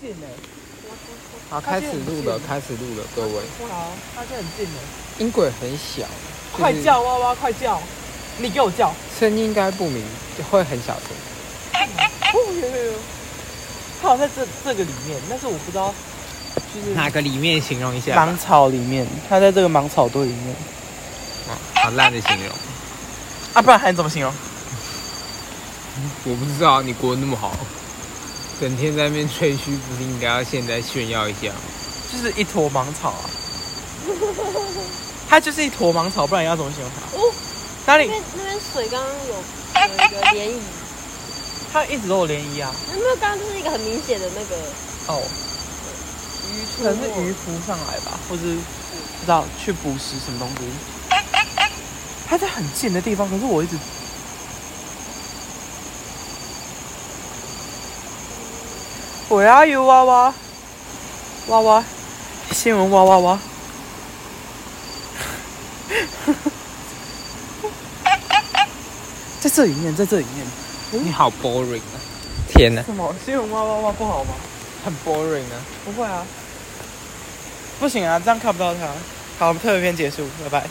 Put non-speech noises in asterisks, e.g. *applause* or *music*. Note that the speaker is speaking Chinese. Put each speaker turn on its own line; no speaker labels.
近哎、
好，开始录了，开始录了，各位。
好，它就很近哎、
音轨很小，就是
快叫哇哇，快叫！你给我叫！
声音应该不明，会很小声。
哦有有有，它好像在这这个里面，但是我不知道，就是
*laughs* 哪个里面形容一下吧？
芒草里面，它在这个芒草堆里面
哦好烂的形容，
啊，不然还能怎么形容？
我不知道你国文那么好，整天在那边吹嘘，不是应该要现在炫耀一下吗？
就是一坨芒草 *laughs* 啊，它就是一坨芒草，不然要怎么形容它？
哦，
哪
那
里？
边那边水刚刚有呃有一个涟漪，
它一直都有涟漪啊。
那那刚刚就是一个很明显的那个
哦，
鱼出
可能是鱼浮上来吧，或是不知道去捕食什么东西。它在很近的地方，可是我一直我要有娃娃，娃娃，新闻娃娃娃。 *laughs* 在这里面，在这里面，
你好 boring 啊！天哪，
什么新闻娃娃娃不好吗？
很 boring 啊！
不会啊，不行啊，这样看不到他。好，我们特别篇结束，拜拜。